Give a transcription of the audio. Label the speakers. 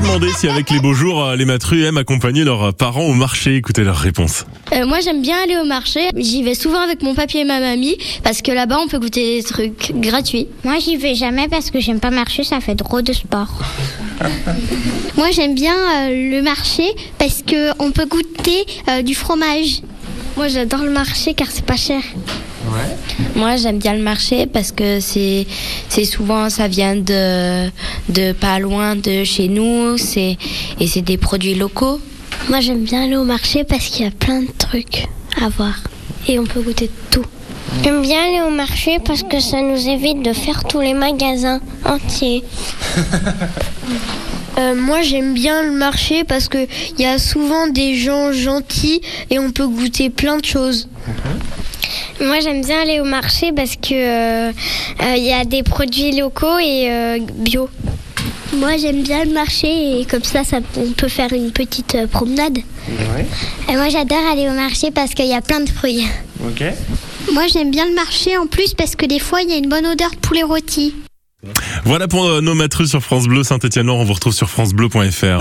Speaker 1: demandé si avec les beaux jours, euh, les matrues aiment accompagner leurs euh, parents au marché. Écoutez leur réponse.
Speaker 2: Euh, moi, j'aime bien aller au marché. J'y vais souvent avec mon papier et ma mamie parce que là-bas, on peut goûter des trucs gratuits.
Speaker 3: Moi, j'y vais jamais parce que j'aime pas marcher, ça fait trop de sport.
Speaker 2: Moi, j'aime bien euh, le marché parce que on peut goûter euh, du fromage. Moi, j'adore le marché car c'est pas cher.
Speaker 4: Moi, j'aime bien le marché parce que c'est c'est souvent ça vient de de pas loin de chez nous, c'est et c'est des produits locaux.
Speaker 2: Moi, j'aime bien aller au marché parce qu'il y a plein de trucs à voir et on peut goûter tout. J'aime bien aller au marché parce que ça nous évite de faire tous les magasins entiers. Euh, moi j'aime bien le marché parce qu'il y a souvent des gens gentils et on peut goûter plein de choses. Mhm. Moi j'aime bien aller au marché parce que euh, euh, il y a des produits locaux et euh, bio. Moi j'aime bien le marché et comme ça, on peut faire une petite euh, promenade. moi j'adore aller au marché parce qu'il y a plein de fruits.
Speaker 5: Ok.
Speaker 2: Moi, j'aime bien le marché en plus parce que des fois, il y a une bonne odeur de poulet rôti.
Speaker 1: Voilà pour euh, nos matrues sur France Bleu Saint-Étienne-Nord. On vous retrouve sur francebleu.fr.